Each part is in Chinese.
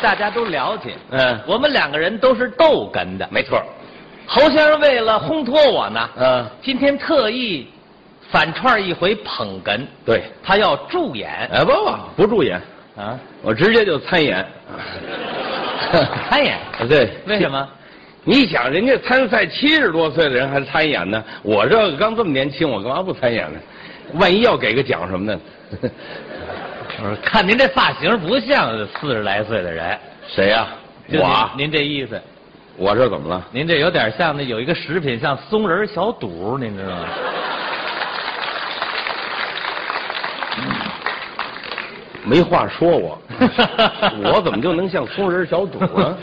大家都了解。呃嗯我们两个人都是逗哏的。没错。侯先生为了烘托我呢，呃嗯，今天特意反串一回捧哏，对。呃他要助演哎，不不不助演， 啊，我直接就参演。 参演。对，为什？么？你想，人家参赛七十多岁的人还参演呢，我这个刚这么年轻，我干嘛不参演呢？万一要给个奖什么的， 我说看您这发型不像四十来岁的人。谁呀、就我您啊，您这意思，我这怎么了？您这有点像那有一个食品像松仁小肚，您知道吗？没话说 我，我怎么就能像松仁小肚呢？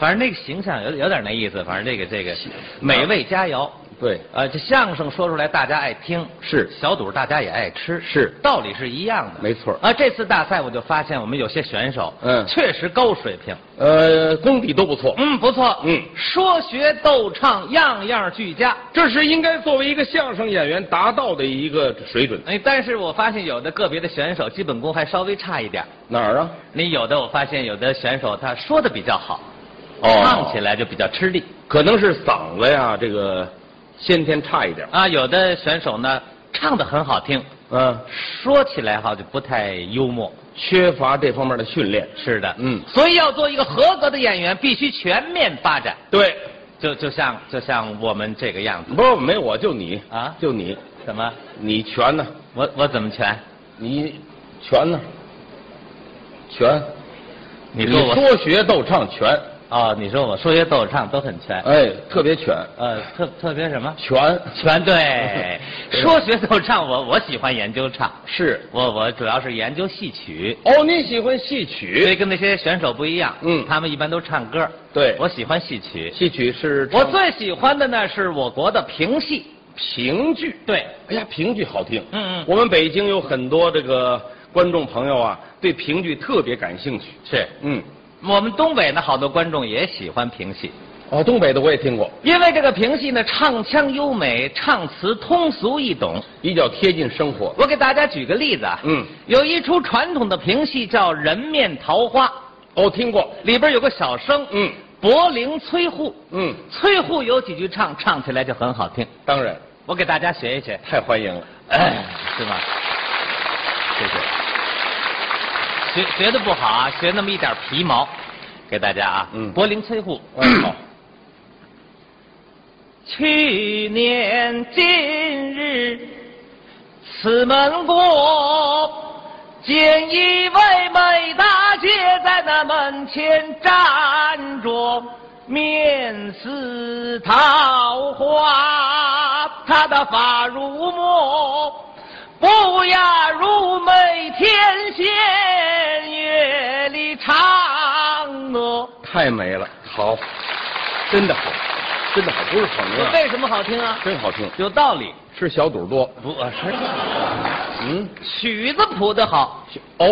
反正那个形象有有点那意思，反正这个这个美味佳肴，对，呃，这相声说出来大家爱听，是小肚大家也爱吃，是道理是一样的，没错啊，这次大赛我就发现我们有些选手，嗯确实高水平，呃，功底都不错。嗯，不错，嗯说学逗唱样样俱佳，这是应该作为一个相声演员达到的一个水准。哎，但是我发现有的个别的选手基本功还稍微差一点儿，哪儿啊？你有的我发现有的选手他说的比较好，哦唱起来就比较吃力。可能是嗓子呀，这个先天差一点。啊，有的选手呢唱的很好听，嗯，说起来哈就不太幽默。缺乏这方面的训练。是的，嗯所以要做一个合格的演员，必须全面发展，对，就就像就像我们这个样子。不没我就你啊就你，怎么？你全呢？我我怎么全？你全呢？全，你说我说学逗唱全，哦，你说我说学逗唱都很全，哎，特别全，呃，特特别什么？全全 对，说学逗唱我我喜欢研究唱，是。我我主要是研究戏曲，哦，你喜欢戏所以曲？跟那些选手不一样，嗯他们一般都唱歌，对我喜欢戏曲，戏曲是我唱最喜欢的呢是我国的评戏，评剧。对，哎呀，评剧好听。嗯嗯我们北京有很多这个观众朋友啊，对评剧特别感兴趣。是嗯，我们东北呢，好多观众也喜欢评戏，哦，东北的我也听过，因为这个评戏呢，唱腔优美，唱词通俗易懂。比较贴近生活。我给大家举个例子啊，嗯，有一出传统的评戏叫《人面桃花》，哦，听过。里边有个小生，嗯柏林崔护，嗯，崔护有几句唱，唱起来就很好听。当然，我给大家学一学，太欢迎了。哎，是吗？谢谢。学学的不好啊，学那么一点皮毛，给大家啊。嗯柏林崔护。哎，好，去年今日，此门过，见一位美大姐在那门前站着，面似桃花，她的发如墨，不雅如美，天仙月里嫦娥。太美了。好，啊真的好，真的好，不是捧哏啊，为什么好听啊？真好听。有道理。吃小肚多。不是。嗯， 曲子谱得好，哦，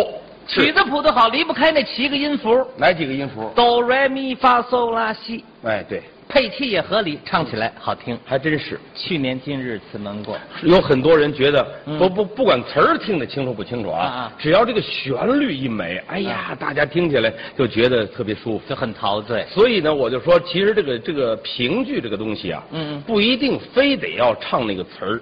曲是子谱得好离不开那七个音符，哪几个音符？哆来咪发嗦拉西，哎，对，配器也合理，唱起来好听。还真是。去年今日此门过， 有很多人觉得嗯不不不管词儿听得清楚不清楚啊啊啊，只要这个旋律一美，哎呀，大家听起来就觉得特别舒服。就很陶醉。嗯所以呢，我就说，其实这个这个评剧这个东西啊，嗯嗯不一定非得要唱那个词儿，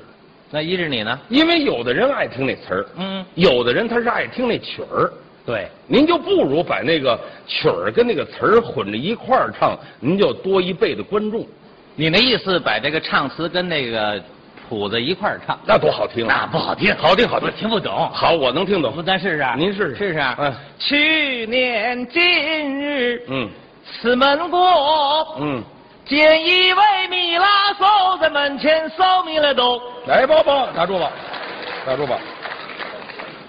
那依着你呢？因为有的人爱听那词儿，嗯，有的人他是爱听那曲儿。对，您就不如把那个曲儿跟那个词儿混着一块儿唱，您就多一倍的观众，你那意思把这个唱词跟那个谱子一块儿唱，那多好听那啊！不好听，好听好听我听不懂。好，我能听不，懂。咱试试啊，您试试试试啊。嗯去年今日嗯此门过，嗯，见一位米拉嗖在门前扫米了都。来吧吧，打住吧，打住吧，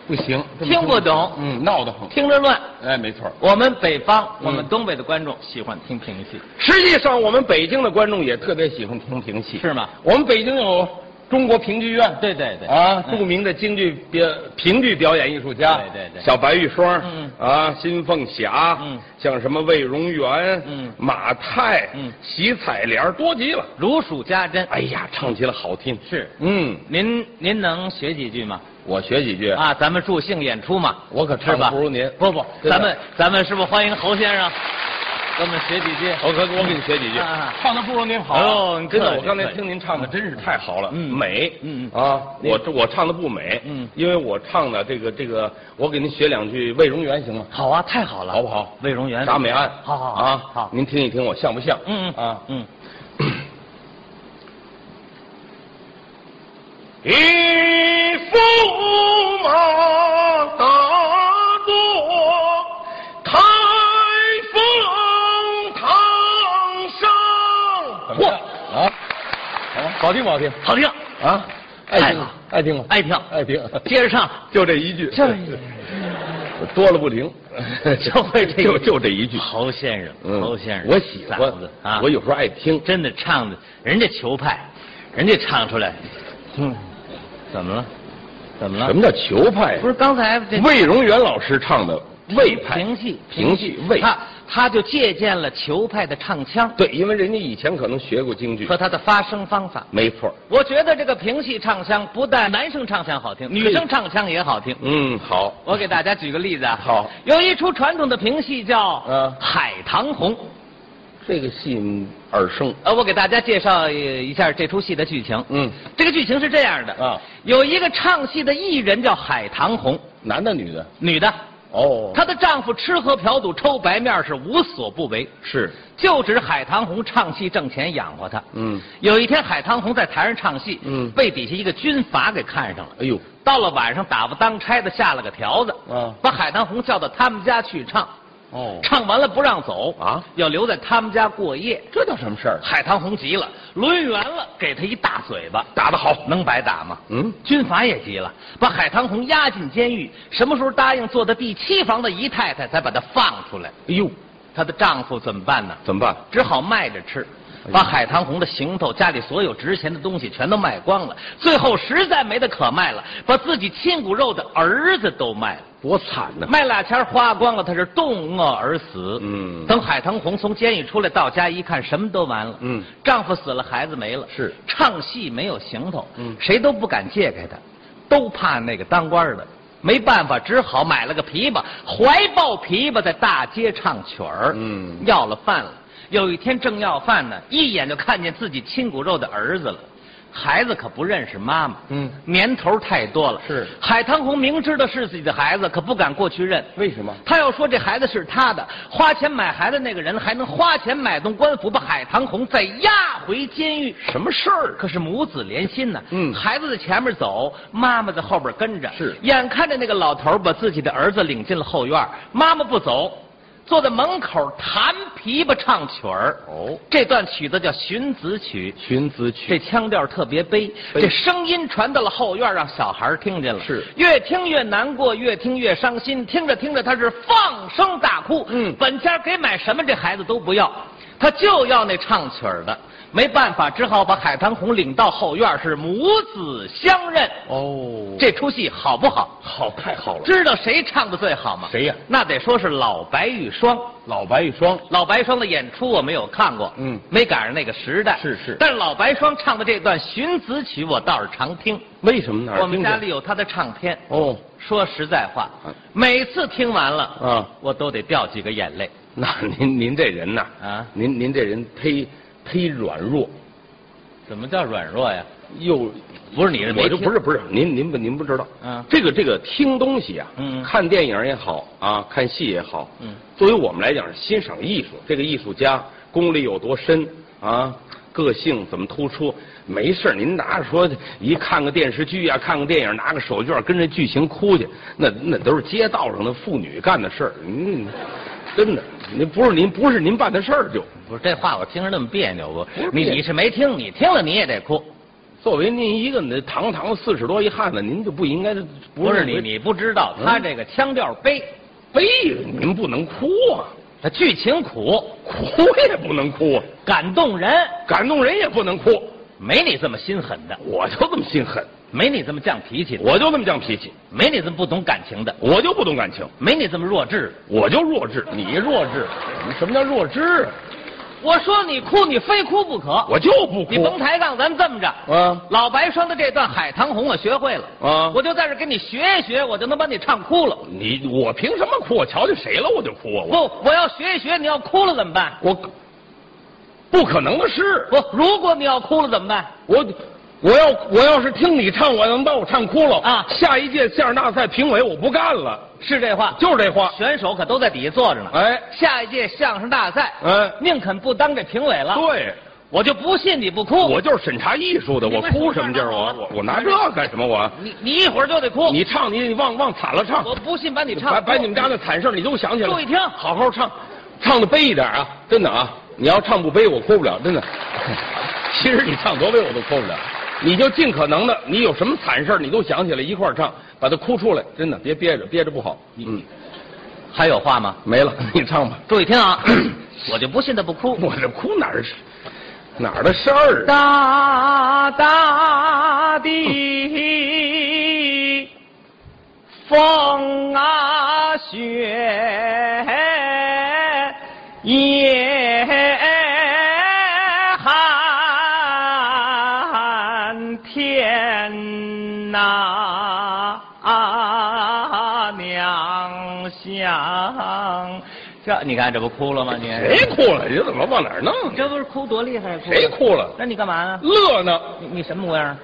不行，这么听不懂嗯，闹得很。听着乱。哎，没错儿。我们北方，嗯我们东北的观众喜欢听评戏，实际上，我们北京的观众也特别喜欢听评戏，是吗？我们北京有中国评剧院，对对对啊，嗯著名的京剧表评剧表演艺术家，对对对小白玉霜，嗯啊，新凤霞，嗯像什么魏荣元，嗯马泰，嗯席彩莲，多极了。哎如数家珍。哎呀，唱起来好听，是嗯，您您能学几句吗？我学几句，啊，咱们助兴演出嘛，我可是唱吧？不如您。不不，真的咱们咱们是不是欢迎侯先生，跟我们学几句？我可我给你学几句哦啊，唱的不如您好。哎呦你真客的，气我刚才客气听您唱的真是太好了，嗯美，嗯嗯啊，那我这我唱的不美，嗯因为我唱的这个这个，我给您学两句魏如元行吗？好啊，太好了，好不好魏荣元，铡美案，好好好啊，好您听一听我像不像？嗯嗯啊，嗯， 一驸马大落开封堂上，嚯啊，好听不好听好听，啊？爱听吗爱听吗？爱听，爱听，接着唱，就这一句，这多了不停，就会这就个就这一句。侯先生，嗯，侯先生，我喜欢嗓子啊，我有时候爱听。真的唱的，人家球派，人家唱出来，嗯，怎么了？怎么了？什么叫球派？啊啊不是刚才这魏荣元老师唱的魏派，评戏，评戏魏。他他就借鉴了球派的唱腔对，因为人家以前可能学过京剧和，他的发声方法。没错儿。我觉得这个评戏唱腔不但男生唱腔好听，女生唱腔也好听。嗯，好，我给大家举个例子啊，好有一出传统的评戏叫嗯《海棠红》，这个戏耳生。呃，我给大家介绍一下这出戏的剧情。嗯，这个剧情是这样的啊有一个唱戏的艺人叫海棠红，男的女的？女的，哦，她的丈夫吃喝嫖赌抽白面是无所不为，是，就指海棠红唱戏挣钱养活她。嗯，有一天，海棠红在台上唱戏，嗯被底下一个军阀给看上了。哎呦，到了晚上，打不当差的下了个条子，啊把海棠红叫到他们家去唱，哦，唱完了不让走啊要留在他们家过夜。这叫什么事儿？啊海棠红急了，抡圆了给他一大嘴巴，打得好。能白打吗？嗯，军阀也急了，把海棠红押进监狱。什么时候答应做他第七房的姨太太，才把她放出来？哎呦，她的丈夫怎么办呢？怎么办？只好卖着吃，把海棠红的行头、家里所有值钱的东西全都卖光了，最后实在没得可卖了，把自己亲骨肉的儿子都卖了，多惨呐！卖俩钱儿花光了，他是冻饿而死。嗯等海棠红从监狱出来到家一看，什么都完了。嗯，丈夫死了，孩子没了，是唱戏没有行头，嗯谁都不敢借给他，都怕那个当官的。没办法，只好买了个琵琶，怀抱琵琶在大街唱曲儿。嗯要了饭了。有一天正要饭呢，一眼就看见自己亲骨肉的儿子了。孩子可不认识妈妈，嗯年头太多了。是海棠红明知道是自己的孩子，可不敢过去认。为什么？他要说这孩子是他的，花钱买孩子那个人还能花钱买动官府，把海棠红再押回监狱。什么事儿？可是母子连心呐、嗯孩子在前面走，妈妈在后边跟着，是眼看着那个老头儿把自己的儿子领进了后院儿，妈妈不走，坐在门口弹琵琶唱曲儿。哦这段曲子叫《寻子曲》。寻子这曲。腔调特别悲，悲这声音传到了后院，让小孩儿听见了。是越听越难过，越听越伤心。听着听着，他是放声大哭。嗯本家给买什么，这孩子都不要，他就要那唱曲儿的。没办法，只好把海棠红领到后院，是母子相认。哦这出戏好不好？好，太好了。知道谁唱的最好吗？谁呀那得说是老白玉霜。老白玉霜，老白霜的演出我没有看过，嗯没赶上那个时代。是是但是老白霜唱的这段《寻子曲》，我倒是常听。为什么哪儿我们听着家里有他的唱片。哦，说实在话啊，每次听完了，啊我都得掉几个眼泪。那您您这人呐，啊您您这人忒忒软弱，怎么叫软弱呀？又不是你是没我就听不是不是，您您不您不知道，嗯这个这个听东西啊，嗯看电影也好啊，看戏也好，嗯，作为我们来讲是欣赏艺术，这个艺术家功力有多深啊，个性怎么突出，没事儿您拿着说一看个电视剧啊，看个电影，拿个手绢跟着剧情哭去，那那都是街道上的妇女干的事儿，嗯，真的，您不是您不是您办的事儿就。不是这话我听着那么别扭不不是？别你扭你是没听，你听了你也得哭。作为您一个那堂堂四十多一汉子，您就不应该不是你为你不知道，嗯他这个腔调悲，悲，哎您不能哭啊，他剧情苦，哭也不能哭啊，感动人，感动人也不能哭。没你这么心狠的，我就这么心狠，没你这么犟脾气的。我就这么犟脾气，没你这么不懂感情的，我就不懂感情，没你这么弱智的。我就弱智。你弱智，什么叫弱智啊？我说你哭，你非哭不可。我就不你哭甭。抬杠，咱这么着。啊老白说的这段《海棠红》，我学会了。啊我就在这跟你学一学，我就能把你唱哭了。你我凭什么哭？我瞧见谁了我就哭啊！我不，我要学一学，你要哭了怎么办？我不可能的事。不，如果你要哭了怎么办？我我要我要是听你唱，我能把我唱哭了啊下一届相声大赛评委我不干了，是这话，就是这话。选手可都在底下坐着呢。哎下一届相声大赛，哎，宁肯不当这评委了。对，我就不信你不哭。 我就是审查艺术的，你我哭什么劲儿？我你我我拿这干什么？我你你一会儿就得哭。你唱你你往往惨了唱，我不信把你唱哭。把把你们家那惨事儿你都想起来。注意听好好唱，唱的悲一点啊！真的啊，你要唱不悲我哭不了，真的。 其实你唱多悲我都哭不了，你就尽可能的，你有什么惨事儿你都想起来一块儿唱，把它哭出来，真的别憋着，憋着不好。嗯。还有话吗？没了，你唱吧。注意听啊， 我就不信他不哭。我这哭哪儿是哪儿的事儿 大啊？大的风啊，雪也寒天呐、娘想这你看这不哭了吗？你谁哭了？你怎么往哪儿弄？啊这不是哭多厉害？哭谁哭了？那你干嘛呢？乐呢？你你什么模样？啊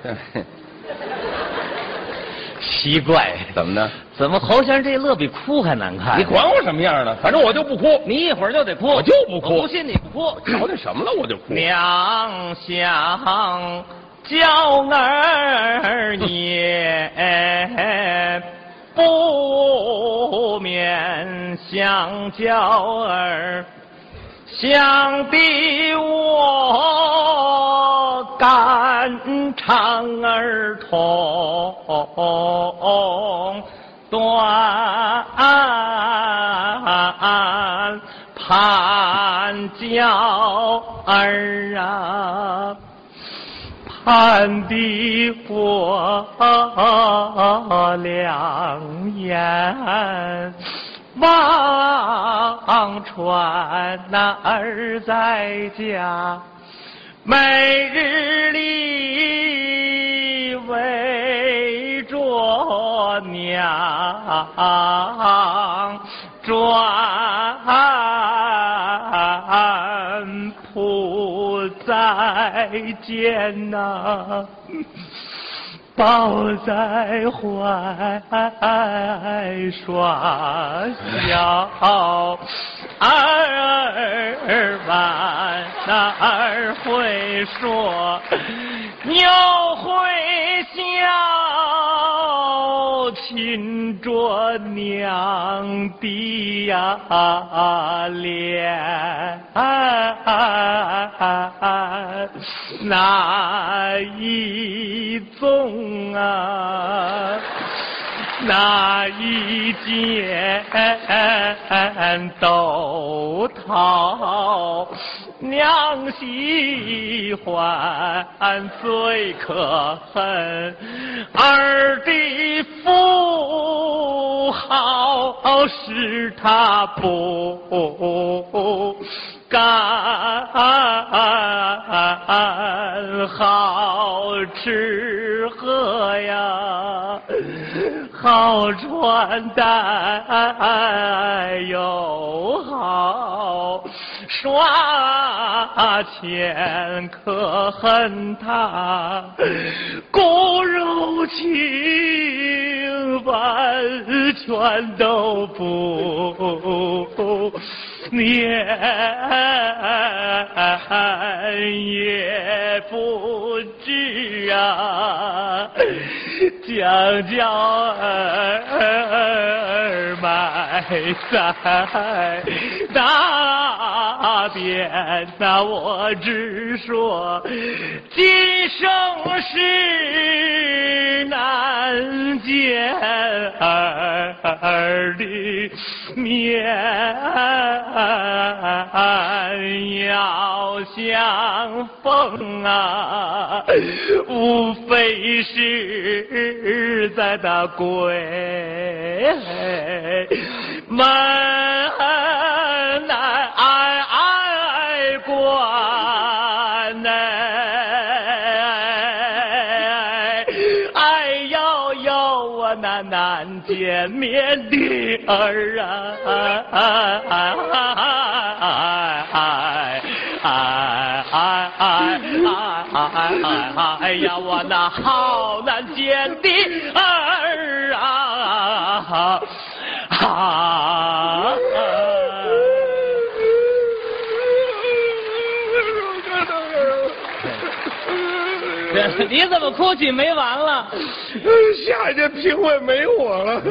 奇怪， 怎么呢？怎么侯先生这乐比哭还难看？你管我什么样呢？反正我就不哭。你一会儿就得哭，我就不哭我不信你不哭。瞧见什么了我就哭。娘想教儿也不免想教儿，想的我肝肠儿痛断。盼娇儿啊，盼的我啊两眼望穿那儿在家，每日里围着娘转不再见呐、抱在怀，耍笑儿晚儿会说，又会笑，亲着娘的呀脸。哪一宗啊？哪一间都讨娘喜欢，最可恨儿的富豪是他不干好吃喝呀。好穿戴又好耍钱，可恨他骨肉情完全都不念，也不知啊。将娇儿埋在那边，那我只说今生是难见儿的面，要相逢啊，无非是在那鬼门难挨过。绵的儿啊！哎哎哎哎哎哎哎哎哎哎哎呀！我那好难见的儿啊！ 啊！你怎么哭起没完了？下去评委没我了。